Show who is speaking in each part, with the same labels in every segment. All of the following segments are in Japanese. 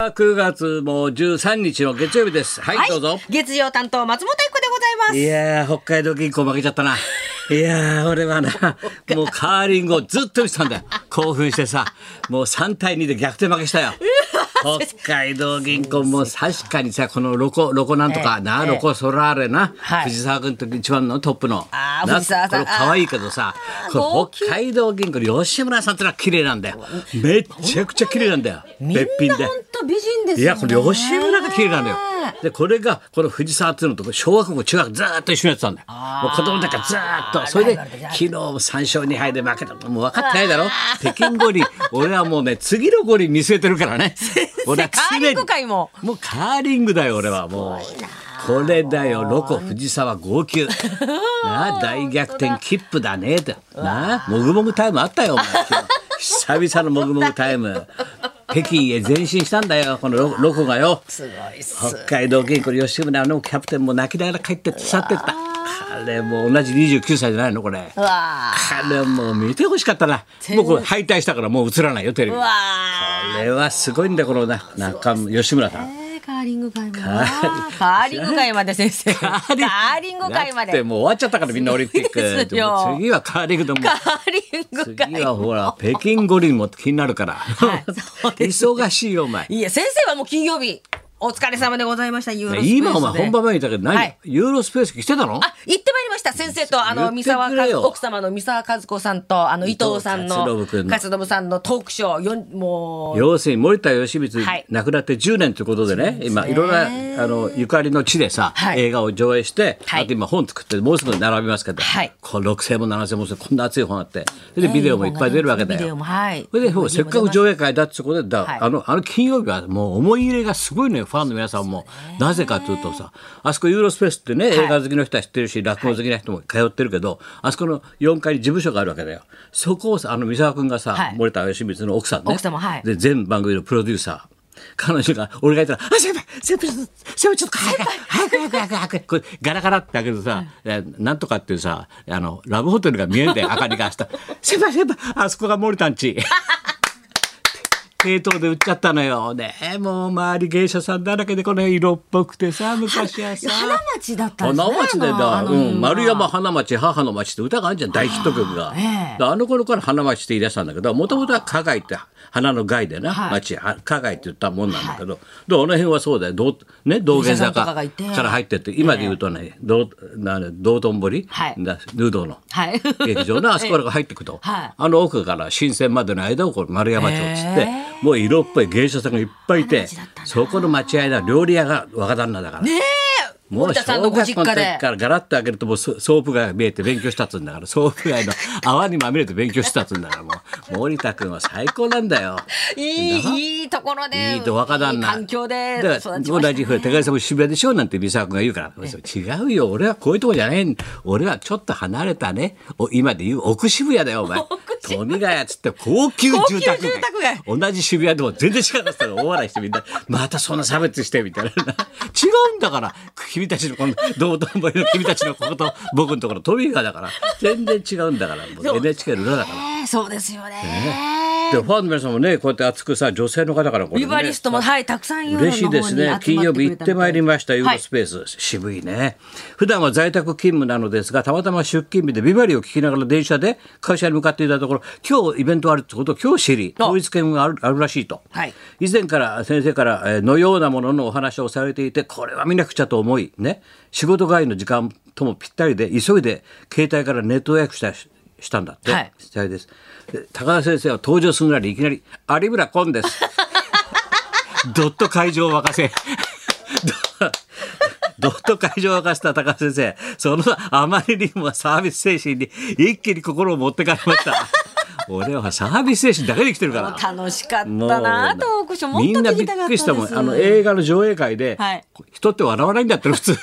Speaker 1: 9月も13日の月曜日です。はい、
Speaker 2: はい、
Speaker 1: どうぞ。
Speaker 2: 月曜担当松本一子でございます。
Speaker 1: いやー、北海道銀行負けちゃったな。いやー、俺はな、もうカーリングをずっと見てたんだよ。興奮してさ、もう3対2で逆転負けしたよ。北海道銀行も確かにさ、このロコ、ロコなんとか、
Speaker 2: ええ
Speaker 1: な、
Speaker 2: ええ
Speaker 1: ロコソラーレな、
Speaker 2: はい
Speaker 1: 藤沢君と一番のトップの、
Speaker 2: あー
Speaker 1: な
Speaker 2: 藤沢さん
Speaker 1: これ可愛いけどさ、
Speaker 2: ー
Speaker 1: こ
Speaker 2: 号
Speaker 1: れ
Speaker 2: 泣
Speaker 1: 北海道銀行の吉村さんってのは綺麗なんだよ。めっちゃくちゃ綺麗なんだよ。
Speaker 2: みんな
Speaker 1: べっぴんで
Speaker 2: 本。当美人ですよ、ね。
Speaker 1: いや、これ吉村が綺麗なんだよ
Speaker 2: ね。
Speaker 1: で、これが、この藤沢っていうのと、小学校も中学ずーっと一緒にやってたんだよ。もう子供の時からずーっと。それで、
Speaker 2: ライバルで
Speaker 1: 昨日も3勝2敗で負けたと。もう分かってないだろ北京五輪。俺はもうね、次の五輪見据えてるから ね。俺は常に
Speaker 2: カーリング界も。
Speaker 1: もうカーリングだよ、俺はもう。これだよ、ロコ、藤沢、号 泣。なあ、大逆転、切符だね、と。なあ、もぐもぐタイムあったよ、お前。今日久々のもぐもぐタイム。北京へ前進したんだよ、このロロコがよ。
Speaker 2: すごいっす。
Speaker 1: 北海道銀行の吉村のキャプテンも泣きながら帰ってって去ってった。彼も同じ29歳じゃないの、これ。
Speaker 2: うわ
Speaker 1: 彼もう見てほしかったな。もうこれ敗退したからもう映らないよ、テレビ。
Speaker 2: ー。う
Speaker 1: こ
Speaker 2: わ
Speaker 1: れはすごいんだよ、このな、中村吉村さん
Speaker 2: ー。。えーカーリング界もな。カーリング界まで先生。カーリング界ま
Speaker 1: だって
Speaker 2: で。
Speaker 1: もう終わっちゃったからみんなオリンピッ
Speaker 2: すごいで
Speaker 1: ク。
Speaker 2: す
Speaker 1: で
Speaker 2: よ
Speaker 1: も次はカーリングでも
Speaker 2: カーリング界。
Speaker 1: 次はほら北京五輪も気になるから。
Speaker 2: そうです
Speaker 1: 忙しいよお前。
Speaker 2: いや先生はもう金曜日お疲れ様でございました。ユーロスペースで
Speaker 1: 今お前本番前にいたけど何、
Speaker 2: はい
Speaker 1: ユーロスペース来てたの？
Speaker 2: あ、行ってまいりました。先生と、あ
Speaker 1: 言
Speaker 2: の、
Speaker 1: っ
Speaker 2: 三
Speaker 1: て
Speaker 2: 沢
Speaker 1: くれよ
Speaker 2: 和奥様の三沢和子さんと、あの、伊藤さんの、
Speaker 1: 伊藤勝信君の
Speaker 2: 勝信さんのトークショー、よんもう、
Speaker 1: 要するに森田義満
Speaker 2: はい
Speaker 1: 亡くなって10年ということでね、今いろんなあのゆかりの地でさ、
Speaker 2: はい
Speaker 1: 映画を上映して、
Speaker 2: はい
Speaker 1: あと今本作ってもうすぐ並びますけど、
Speaker 2: はい
Speaker 1: こう6,000も7,000もするこんな熱い本あってそれでビデオもいっぱい出るわけだ
Speaker 2: ビデオ
Speaker 1: よ
Speaker 2: も、。はい。
Speaker 1: それでほらせっかく上映会だってことでだ、
Speaker 2: はい
Speaker 1: あのあの金曜日はもう思い入れがすごいのよファンの皆さんも、なぜかというとさあそこユーロスペースってね、映画好きの人は知ってるし落語好きな人も通ってるけど、あそこの4階に事務所があるわけだよそこをさあの三沢君がさ、
Speaker 2: はい
Speaker 1: 森田芳光の奥さんね
Speaker 2: 奥様はい
Speaker 1: で全番組のプロデューサー彼女が俺が言ったら「あ先輩先輩ちょっと先輩ちょっと早く早く早く早く早く」これガラガラって開けどさ、えなんとかっていうさあのラブホテルが見えんだよ明かりがした「先輩先輩あそこが森田んち」系統で売っちゃったのよねえもう周り芸者さんだらけでこの色っぽくてさ昔はさ
Speaker 2: 花町だったんです
Speaker 1: 花
Speaker 2: ね。
Speaker 1: 町で
Speaker 2: あの
Speaker 1: だ、
Speaker 2: あの
Speaker 1: うん、丸山花町母の町って歌があるじゃん大ヒット曲が
Speaker 2: ええ
Speaker 1: であの頃から花町って言い出したんだけどもともとは花街って花の街でな、
Speaker 2: はい
Speaker 1: 町は花街って言ったもんなんだけど、であの辺はそうだよ道,、ね、道玄
Speaker 2: お医者さんと
Speaker 1: 坂
Speaker 2: かがいて
Speaker 1: から入ってって今で言うとね、道なん道頓堀、
Speaker 2: はい
Speaker 1: なヌードの
Speaker 2: はい。
Speaker 1: 劇場のあそこから入ってくと、
Speaker 2: はい
Speaker 1: あの奥から新鮮までの間をこう丸山町っつって、
Speaker 2: へ
Speaker 1: もう色っぽい芸者さんがいっぱいいて
Speaker 2: 花街だったんだ
Speaker 1: そこの待合だ料理屋が若旦那だから。
Speaker 2: ねえ、
Speaker 1: もう
Speaker 2: 森田さん
Speaker 1: 小
Speaker 2: のご
Speaker 1: 学
Speaker 2: 実
Speaker 1: 校の
Speaker 2: 家
Speaker 1: 時
Speaker 2: で。
Speaker 1: からガラッと開けるともうソソープが見えて勉強したっつうんだからソープ街の泡にまみれて勉強したっつうんだからもう森田君は最高なんだよ。
Speaker 2: いい、いいところで。
Speaker 1: いいと若旦那。
Speaker 2: いい環境で
Speaker 1: だから
Speaker 2: 育ち
Speaker 1: 同
Speaker 2: ました、
Speaker 1: じふうに高橋さんも渋谷でしょなんて三沢君が言うから違うよ俺はこういうとこじゃねえん俺はちょっと離れたねお今で言う奥渋谷だ よお前富ヶ谷っつって高級住宅
Speaker 2: 高級
Speaker 1: 街
Speaker 2: 住宅街
Speaker 1: 同じ渋谷でも全然違かったら大笑いしてみんなまたそんな差別してみたいな 違うんだから君たちのこの道頓堀の君たちのここと僕のところ富ヶ谷だから全然違うんだからもう NHK の裏だから。
Speaker 2: ねえそうですよね。
Speaker 1: でファンの皆さんもねこうやって熱くさ女性の方からこれ、ね、
Speaker 2: ビバリストも、はい、たくさんユーロの
Speaker 1: 嬉しいですね
Speaker 2: 方に集まくれたみた
Speaker 1: 金曜日行ってまいりましたユー
Speaker 2: は
Speaker 1: ロ
Speaker 2: い
Speaker 1: スペース、渋いね普段は在宅勤務なのですがたまたま出勤日でビバリーを聞きながら電車で会社に向かっていたところ今日イベントあるってことを今日知り
Speaker 2: あ
Speaker 1: 統一権があるあるらしいと、
Speaker 2: はい
Speaker 1: 以前から先生からえーのようなもののお話をされていてこれは見なくちゃと思いね仕事帰りの時間ともぴったりで急いで携帯からネット予約したしたんだって、
Speaker 2: はい
Speaker 1: 期待ですで高田先生は登場するなりいきなり「有村昆 です」ドット会場を沸か せ。ドット会場を沸かせた高橋先生、そのあまりにもサービス精神に一気に心を持ってかれました。俺はサービス精神だけで来てるから。
Speaker 2: 楽しかった
Speaker 1: もう
Speaker 2: なトークショーもっ
Speaker 1: み
Speaker 2: と
Speaker 1: んな
Speaker 2: 聞
Speaker 1: び
Speaker 2: き
Speaker 1: った
Speaker 2: かった
Speaker 1: く
Speaker 2: で
Speaker 1: り
Speaker 2: す
Speaker 1: したもん。あの映画の上映会で、
Speaker 2: はい
Speaker 1: 人って笑わないんだったら普通、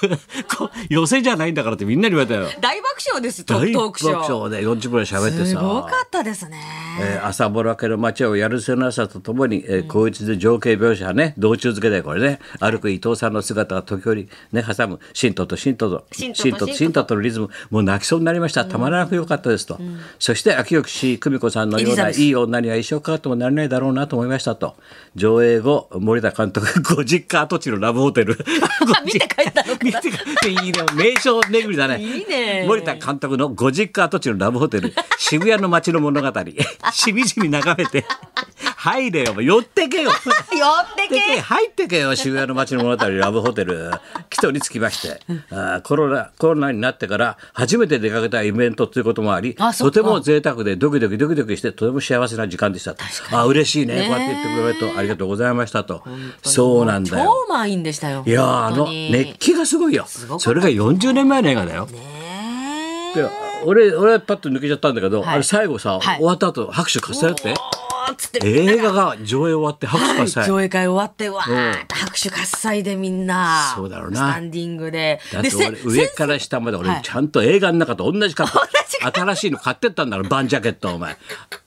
Speaker 1: こう寄せじゃないんだからってみんなに言われたよ。
Speaker 2: 大爆笑ですト
Speaker 1: 大
Speaker 2: トー
Speaker 1: 爆
Speaker 2: クショー
Speaker 1: 笑で40分らい喋ってさ。
Speaker 2: すごかったですね、
Speaker 1: えー朝ぼらけの街をやるせなさとともに、えー、高一で情景描写ね道中付けだよこれね歩く伊藤さんの姿が時折ね挟む神道と神道と
Speaker 2: 神道
Speaker 1: 神道
Speaker 2: と
Speaker 1: と神道とのリズムもう泣きそうになりましたたまらなく良かったですと、そして秋吉久美子さんのよう
Speaker 2: エリザ
Speaker 1: な
Speaker 2: ベス
Speaker 1: いい女には一生かかってもなれないだろうなと思いましたと上映後森田監督がご実家跡地のラブホテル
Speaker 2: 見て帰ったのか
Speaker 1: 見ていいね名所巡りだね
Speaker 2: いいね
Speaker 1: 森田監督のご実家跡地のラブホテ ル渋谷の街の物語しみじみ眺めて入れよ寄ってけよ
Speaker 2: 寄って
Speaker 1: で
Speaker 2: け
Speaker 1: 入ってけよ渋谷の街の物語ラブホテル帰途につきましてあーコロナコロナになってから初めて出かけたイベントということもあり
Speaker 2: あそっ
Speaker 1: と
Speaker 2: か
Speaker 1: ても贅沢でドキドキドキドキしてとても幸せな時間でしたとあ嬉しいね
Speaker 2: ねえ
Speaker 1: こうやって言ってくれるとありがとうございましたとそうなんだよ
Speaker 2: 超満員でしたよ
Speaker 1: いやーあ
Speaker 2: 本
Speaker 1: の
Speaker 2: 当に
Speaker 1: 熱気がすごいよ
Speaker 2: ごかった
Speaker 1: それが40年前の映画だよ。
Speaker 2: ね
Speaker 1: で俺俺はパッと抜けちゃったんだけど、
Speaker 2: はい
Speaker 1: あれ最後さ、
Speaker 2: はい
Speaker 1: 終わった後拍手喝采だって
Speaker 2: おーっつって
Speaker 1: 映画が上映終わって拍手喝采、
Speaker 2: 上映会終わってわーっと拍手喝采でみんな
Speaker 1: そうだろうな
Speaker 2: スタンディングで
Speaker 1: だっ
Speaker 2: で
Speaker 1: て俺
Speaker 2: せ
Speaker 1: 上から下まで
Speaker 2: は
Speaker 1: 俺
Speaker 2: い
Speaker 1: ちゃんと映画の中と同じ格好、
Speaker 2: 同じ格
Speaker 1: 新しいの買ってったんだからバンジャケットお前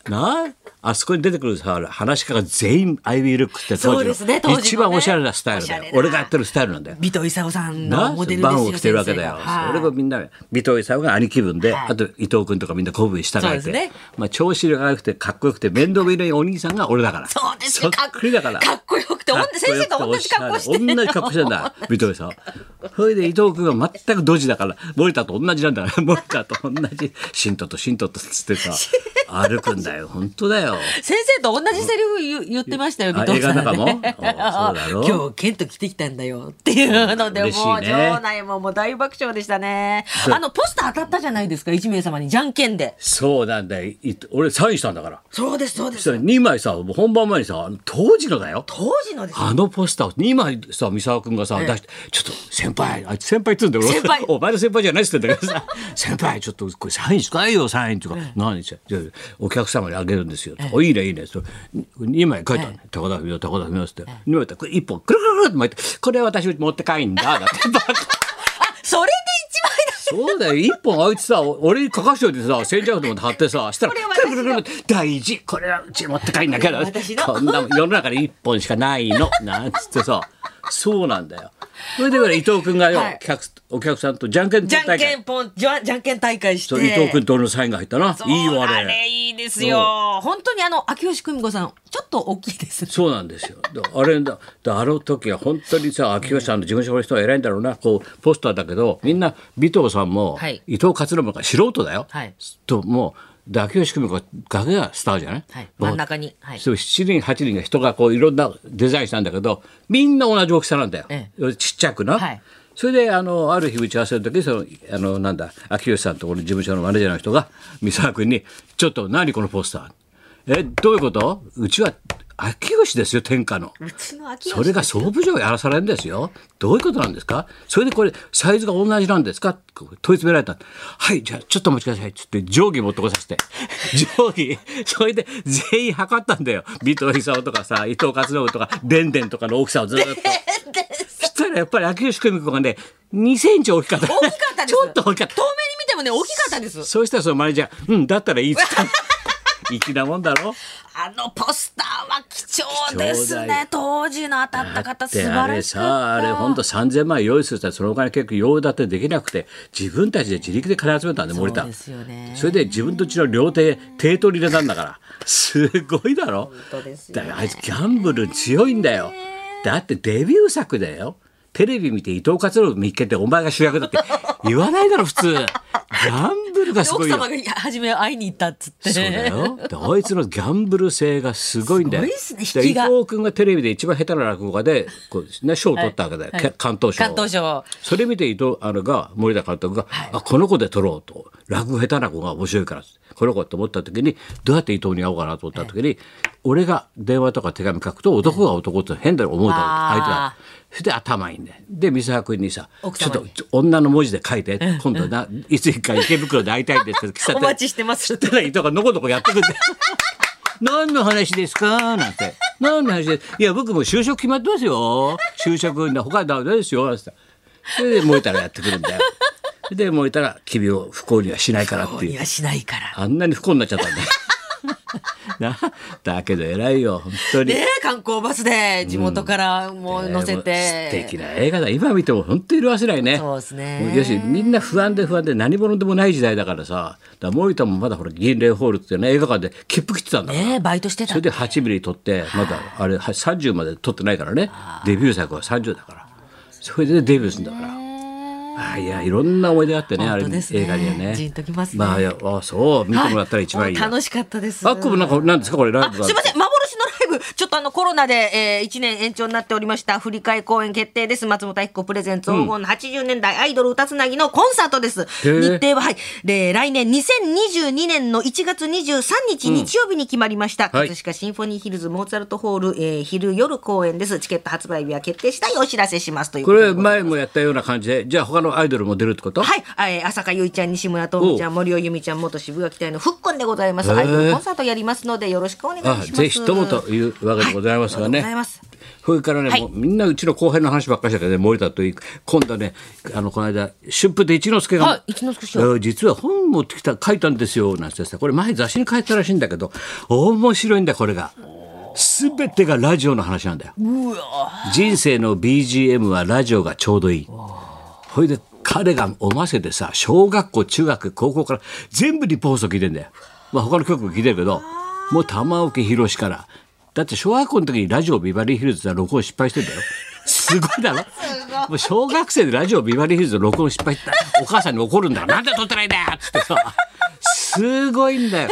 Speaker 1: なああそこに出てくるさ話し家が全員アイビールックって当
Speaker 2: そう
Speaker 1: 時の
Speaker 2: ですね当時のね
Speaker 1: 一番おしゃれなスタイルだよ
Speaker 2: おしゃれな
Speaker 1: 俺がやってるスタイルなんだよ
Speaker 2: 尾藤勲さん
Speaker 1: な
Speaker 2: のモデルで
Speaker 1: バ
Speaker 2: すよ
Speaker 1: ンを着てるわけだよ
Speaker 2: 先生が。
Speaker 1: それがみんな、尾藤さんが兄貴分で、
Speaker 2: はい
Speaker 1: あと伊藤君とかみんな子分に従
Speaker 2: そう
Speaker 1: え
Speaker 2: です
Speaker 1: て、
Speaker 2: ね
Speaker 1: まあ調子が良くてかっこよくて面倒見のいいお兄さんが俺だから。
Speaker 2: そうです よ
Speaker 1: そっくりだから。
Speaker 2: かっこよくて
Speaker 1: かっ
Speaker 2: 先生と同じ格好して
Speaker 1: 同じ格好してんだ、 尾藤さん。それで伊藤君は全くドジだから、森田と同じなんだから、森 田と同じ、信徒と信徒とつって さ、歩くんだよ、本当だよ。
Speaker 2: 先生と同じセリフ言う言ってましたよ、
Speaker 1: あ
Speaker 2: 尾藤さん、ね。
Speaker 1: 映画の中も あそうだろ
Speaker 2: 今日、ケント着てきたんだよっていうので、
Speaker 1: 嬉しいね
Speaker 2: もう、場内ももう大爆笑でしたね。あの、ポスター当たったじゃないですか、1名様に、じゃんけんで。
Speaker 1: そうなんだよ。い俺サインしたんだから。
Speaker 2: そうです、そうで
Speaker 1: そした
Speaker 2: す。
Speaker 1: ら2枚さ、もう本番前にさ、当時のだよ。
Speaker 2: 当時のですよ。
Speaker 1: あのポスターを2枚さ三沢君がさ
Speaker 2: ええ
Speaker 1: 出して「ちょっと先輩あいつ先輩」っつうんだよ俺
Speaker 2: 先輩
Speaker 1: お前の先輩じゃないっつってんだけ どさ「先輩ちょっとこれサインしかいよサイン」とか「何じゃじゃあお客様にあげるんですよ」おいいねいいね」それ2枚書いたの高田文夫高田文夫」っつって2枚書いたこれ1本くるくるくるって巻いて「これは私持って帰んだ」だってバカ
Speaker 2: それで一枚だ
Speaker 1: そうだよ一本あいつさお俺に書かしといてさ洗浄と思って貼ってさしたら
Speaker 2: これ私の
Speaker 1: くるくるくる大事これはうち持って帰んなきゃだ
Speaker 2: 私の
Speaker 1: こんなもん世の中で一本しかないのなんつってさそうなんだよそれで俺伊藤君がよ、
Speaker 2: はい
Speaker 1: 客お客さんとじゃんけん
Speaker 2: じゃんけ
Speaker 1: ん
Speaker 2: んぽん、じゃんじゃんけん大会して。
Speaker 1: 伊藤君と俺のサインが入ったな
Speaker 2: そう
Speaker 1: いいよ
Speaker 2: あ
Speaker 1: あ
Speaker 2: れ
Speaker 1: れ
Speaker 2: いいですよ。本当にあの、秋吉久美子さん、ちょっと大きいです。
Speaker 1: そうなんですよだあれだだあの時は本当にさ秋吉さんの事務所の人は偉いんだろうなこうポスターだけどみんな尾藤さんも、
Speaker 2: はい
Speaker 1: 伊藤勝信が素人だよ、
Speaker 2: はい
Speaker 1: ともうで秋吉久美子だけがスターじゃない、
Speaker 2: はい
Speaker 1: もう
Speaker 2: 真ん中にはい
Speaker 1: そう7人8人が人がこういろんなデザインしたんだけどみんな同じ大きさなんだよ、
Speaker 2: え
Speaker 1: ちっちゃくな、
Speaker 2: はい
Speaker 1: それであのある日打ち合わせの時にそのあのなんだ秋吉さんとこの事務所のマネージャーの人が三沢君に「ちょっと何このポスターえどういうことうちは秋吉ですよ天下の。
Speaker 2: うちの秋吉。
Speaker 1: それが総務省やらされるんですよ。どういうことなんですかそれでこれ、サイズが同じなんですかこう問い詰められた。はい、じゃあちょっとお待ちください。つって定規持ってこさせて。定規、それで全員測ったんだよ。尾藤勲とかさ、伊藤勝信とか、でんでんとかの大きさをずっと。 そしたらやっぱり秋吉久美子がね、2センチ大きかった。
Speaker 2: 大きかったです。
Speaker 1: ちょっと大きかった
Speaker 2: 遠。目に見てもね、大きかったです。
Speaker 1: そうしたらそのマネージャー、うん、だったらいいっつった。粋なもんだろ
Speaker 2: あのポスターは貴重です
Speaker 1: 貴重だ
Speaker 2: ね。当時の当たった方素
Speaker 1: で
Speaker 2: 晴
Speaker 1: あ
Speaker 2: ら
Speaker 1: れ
Speaker 2: しか
Speaker 1: さ
Speaker 2: っ
Speaker 1: あ
Speaker 2: た。
Speaker 1: れ本当三3000万円用意するって言ったらそのお金結構用立てできなくて自分たちで自力で金集めたんで森田
Speaker 2: そうですよね
Speaker 1: それで自分とちの両手手取り入れたんだからすごいだろ
Speaker 2: 当ですよ
Speaker 1: だ
Speaker 2: ね
Speaker 1: からあいつギャンブル強いんだよだってデビュー作だよテレビ見て伊藤勝信見っけてお前が主役だって言わないだろ普通ギャンブルがすご
Speaker 2: 奥
Speaker 1: いよ
Speaker 2: 様が初め会いに行ったっつって。
Speaker 1: そうだよ。であいつのギャンブル性がすごいんだよ。
Speaker 2: すごいっすね
Speaker 1: で
Speaker 2: 引きが
Speaker 1: 伊藤君がテレビで一番下手な落語家で、こうね、賞を取ったわけだよ。
Speaker 2: はい
Speaker 1: け関東賞。
Speaker 2: 関東賞
Speaker 1: それ見て伊藤あのが森田監督が、あこの子で取ろうと落語下手な子が面白いからっつってこの子と思った時にどうやって伊藤に会おうかなと思った時に、俺が電話とか手紙書くと男が男って変だと思うだろう
Speaker 2: あー
Speaker 1: 相手は。それで頭いいんだよで三沢君にさ「
Speaker 2: 奥
Speaker 1: ちょっ
Speaker 2: 様
Speaker 1: と
Speaker 2: に
Speaker 1: 女の文字で書いて今度ないつか池袋で会いたいんですけ ど喫茶店
Speaker 2: お待ちしてます。
Speaker 1: ったら伊藤がのこのこやってくん で何の話ですか?」なんて「何の話ですいや僕もう就職決まってますよ就職な他はダメですよ」なんてそれで燃えたらやってくるんだよで燃えたら君を不幸にはしないからって
Speaker 2: い
Speaker 1: いう
Speaker 2: やしないから。
Speaker 1: あんなに不幸になっちゃったんだよなだけど偉いよ本当に、
Speaker 2: ねえ観光バスで地元からもう乗せて、
Speaker 1: えー素敵な映画だ今見ても本当に色褪せないね
Speaker 2: そうですね
Speaker 1: もよしみんな不安で不安で何者でもない時代だからさだから森田もまだほら銀霊ホールっていうね映画館で切符切ってたんだから、
Speaker 2: ねえバイトしてた
Speaker 1: それで8ミリ撮ってまだあれは30まで撮ってないからねデビュー作は30だからそれでデビューするんだからあいやいろんな思い出があってねあれ
Speaker 2: 本当ですね
Speaker 1: 映画にはね
Speaker 2: ジーンときますね
Speaker 1: まあいやあそう見てもらったら一番いいよ、
Speaker 2: はい楽しかったです
Speaker 1: あっこもなんかなんですかこれライ
Speaker 2: あ
Speaker 1: ブ
Speaker 2: す
Speaker 1: が
Speaker 2: いません幻のライブちょっとあのコロナで、え1年延長になっておりました振り替え公演決定です松本明子プレゼンツ黄金の80年代アイドル歌つなぎのコンサートです
Speaker 1: へえ
Speaker 2: 日程ははいで来年2022年の1月23日日曜日に決まりました、
Speaker 1: はい
Speaker 2: 葛飾シンフォニーヒルズモーツァルトホール、えー昼夜公演ですチケット発売日は決定次第お知らせしますという
Speaker 1: こ
Speaker 2: ことで
Speaker 1: れ前もやったような感じでじゃあ他のアイドルも出るってこと
Speaker 2: はい、あえー浅香唯ちゃん、西村智美ちゃん、森尾由美ちゃん、元渋谷北へのフッコンでございます。
Speaker 1: へー
Speaker 2: アイドルコンサートやりますので、よろしくお願いしま
Speaker 1: あ
Speaker 2: す。
Speaker 1: ぜひともというわけでございますがね、
Speaker 2: はいありがとうございます
Speaker 1: それからね、
Speaker 2: はい
Speaker 1: もうみんなうちの後輩の話ばっかりだからね森田といい今度ねあのこの間春風亭一之輔が、
Speaker 2: はい一之輔師匠
Speaker 1: えー実は本持ってきた書いたんですよ」なんてさこれ前雑誌に書いてたらしいんだけど面白いんだこれが。全てがラジオの話なんだよ人生の BGM はラジオがちょうどいいほいで彼がおませでさ小学校中学高校から全部リポート聞いてんだよ、まあ、他の曲も聞いてるけどもう玉置宏からだって小学校の時にラジオビバリーヒルズは録音失敗してんだよすごいだろもう小学生でラジオビバリーヒルズの録音失敗したお母さんに怒るんだよなんで撮ってないんだよっつってさすごいんだよ、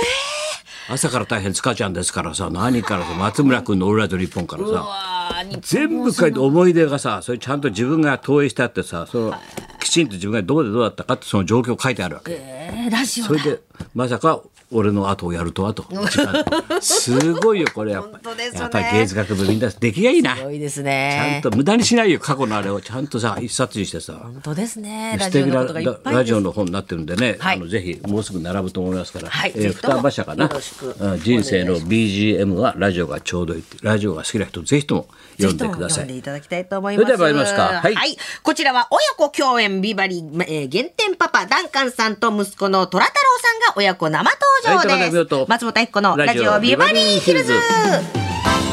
Speaker 1: 朝から大変塚ちゃんですからさ何からさ松村君の「オールライト日本からさ全部書いて思い出がさそれちゃんと自分が投影してあってさそのきちんと自分がどうでどうだったかってその状況を書いてあるわけ
Speaker 2: えーラジオ
Speaker 1: それでまさか俺の後をやるとは と時間すごいよこれやっぱ
Speaker 2: 本当ですね
Speaker 1: やっぱり芸術学部みんな出来がいいな
Speaker 2: すご
Speaker 1: ち
Speaker 2: いです
Speaker 1: ゃ
Speaker 2: ね
Speaker 1: ん。と無駄にしないよ過去のあれをちゃんとさ一冊にしてさ
Speaker 2: 本当ですね。ラ
Speaker 1: 素
Speaker 2: ジオ
Speaker 1: 敵
Speaker 2: の
Speaker 1: な
Speaker 2: ことがいっぱいです。
Speaker 1: ラジオの本になってるんでね、
Speaker 2: はい
Speaker 1: あのぜひもうすぐ並ぶと思いますから、
Speaker 2: はい
Speaker 1: えー
Speaker 2: ぜひとも
Speaker 1: 双葉社かな
Speaker 2: よろしく
Speaker 1: うん人生の BGM はラジオがちょうどいいってラジオが好きな人ぜひとも読んでくださ
Speaker 2: ぜひとも読ん
Speaker 1: い
Speaker 2: でいただきたいと思います。
Speaker 1: それでは参りますかは
Speaker 2: はいい、こちらは親子共演ビバリー、えー、原点パパダンカンさんと息子の虎太郎さんが親子生登
Speaker 1: はい
Speaker 2: 場
Speaker 1: 高田美
Speaker 2: です。
Speaker 1: 穂と
Speaker 2: 松本明子のラジオビバリーヒルズ
Speaker 1: ラジオビ。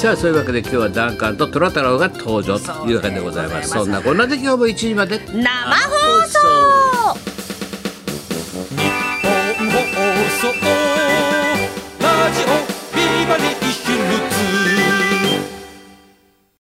Speaker 1: さあそういうわけで今日はダンカンと虎太郎が登場というわけでございますそ
Speaker 2: そうんで
Speaker 1: な
Speaker 2: ご
Speaker 1: こんな時今日も1時まで
Speaker 2: 生放送。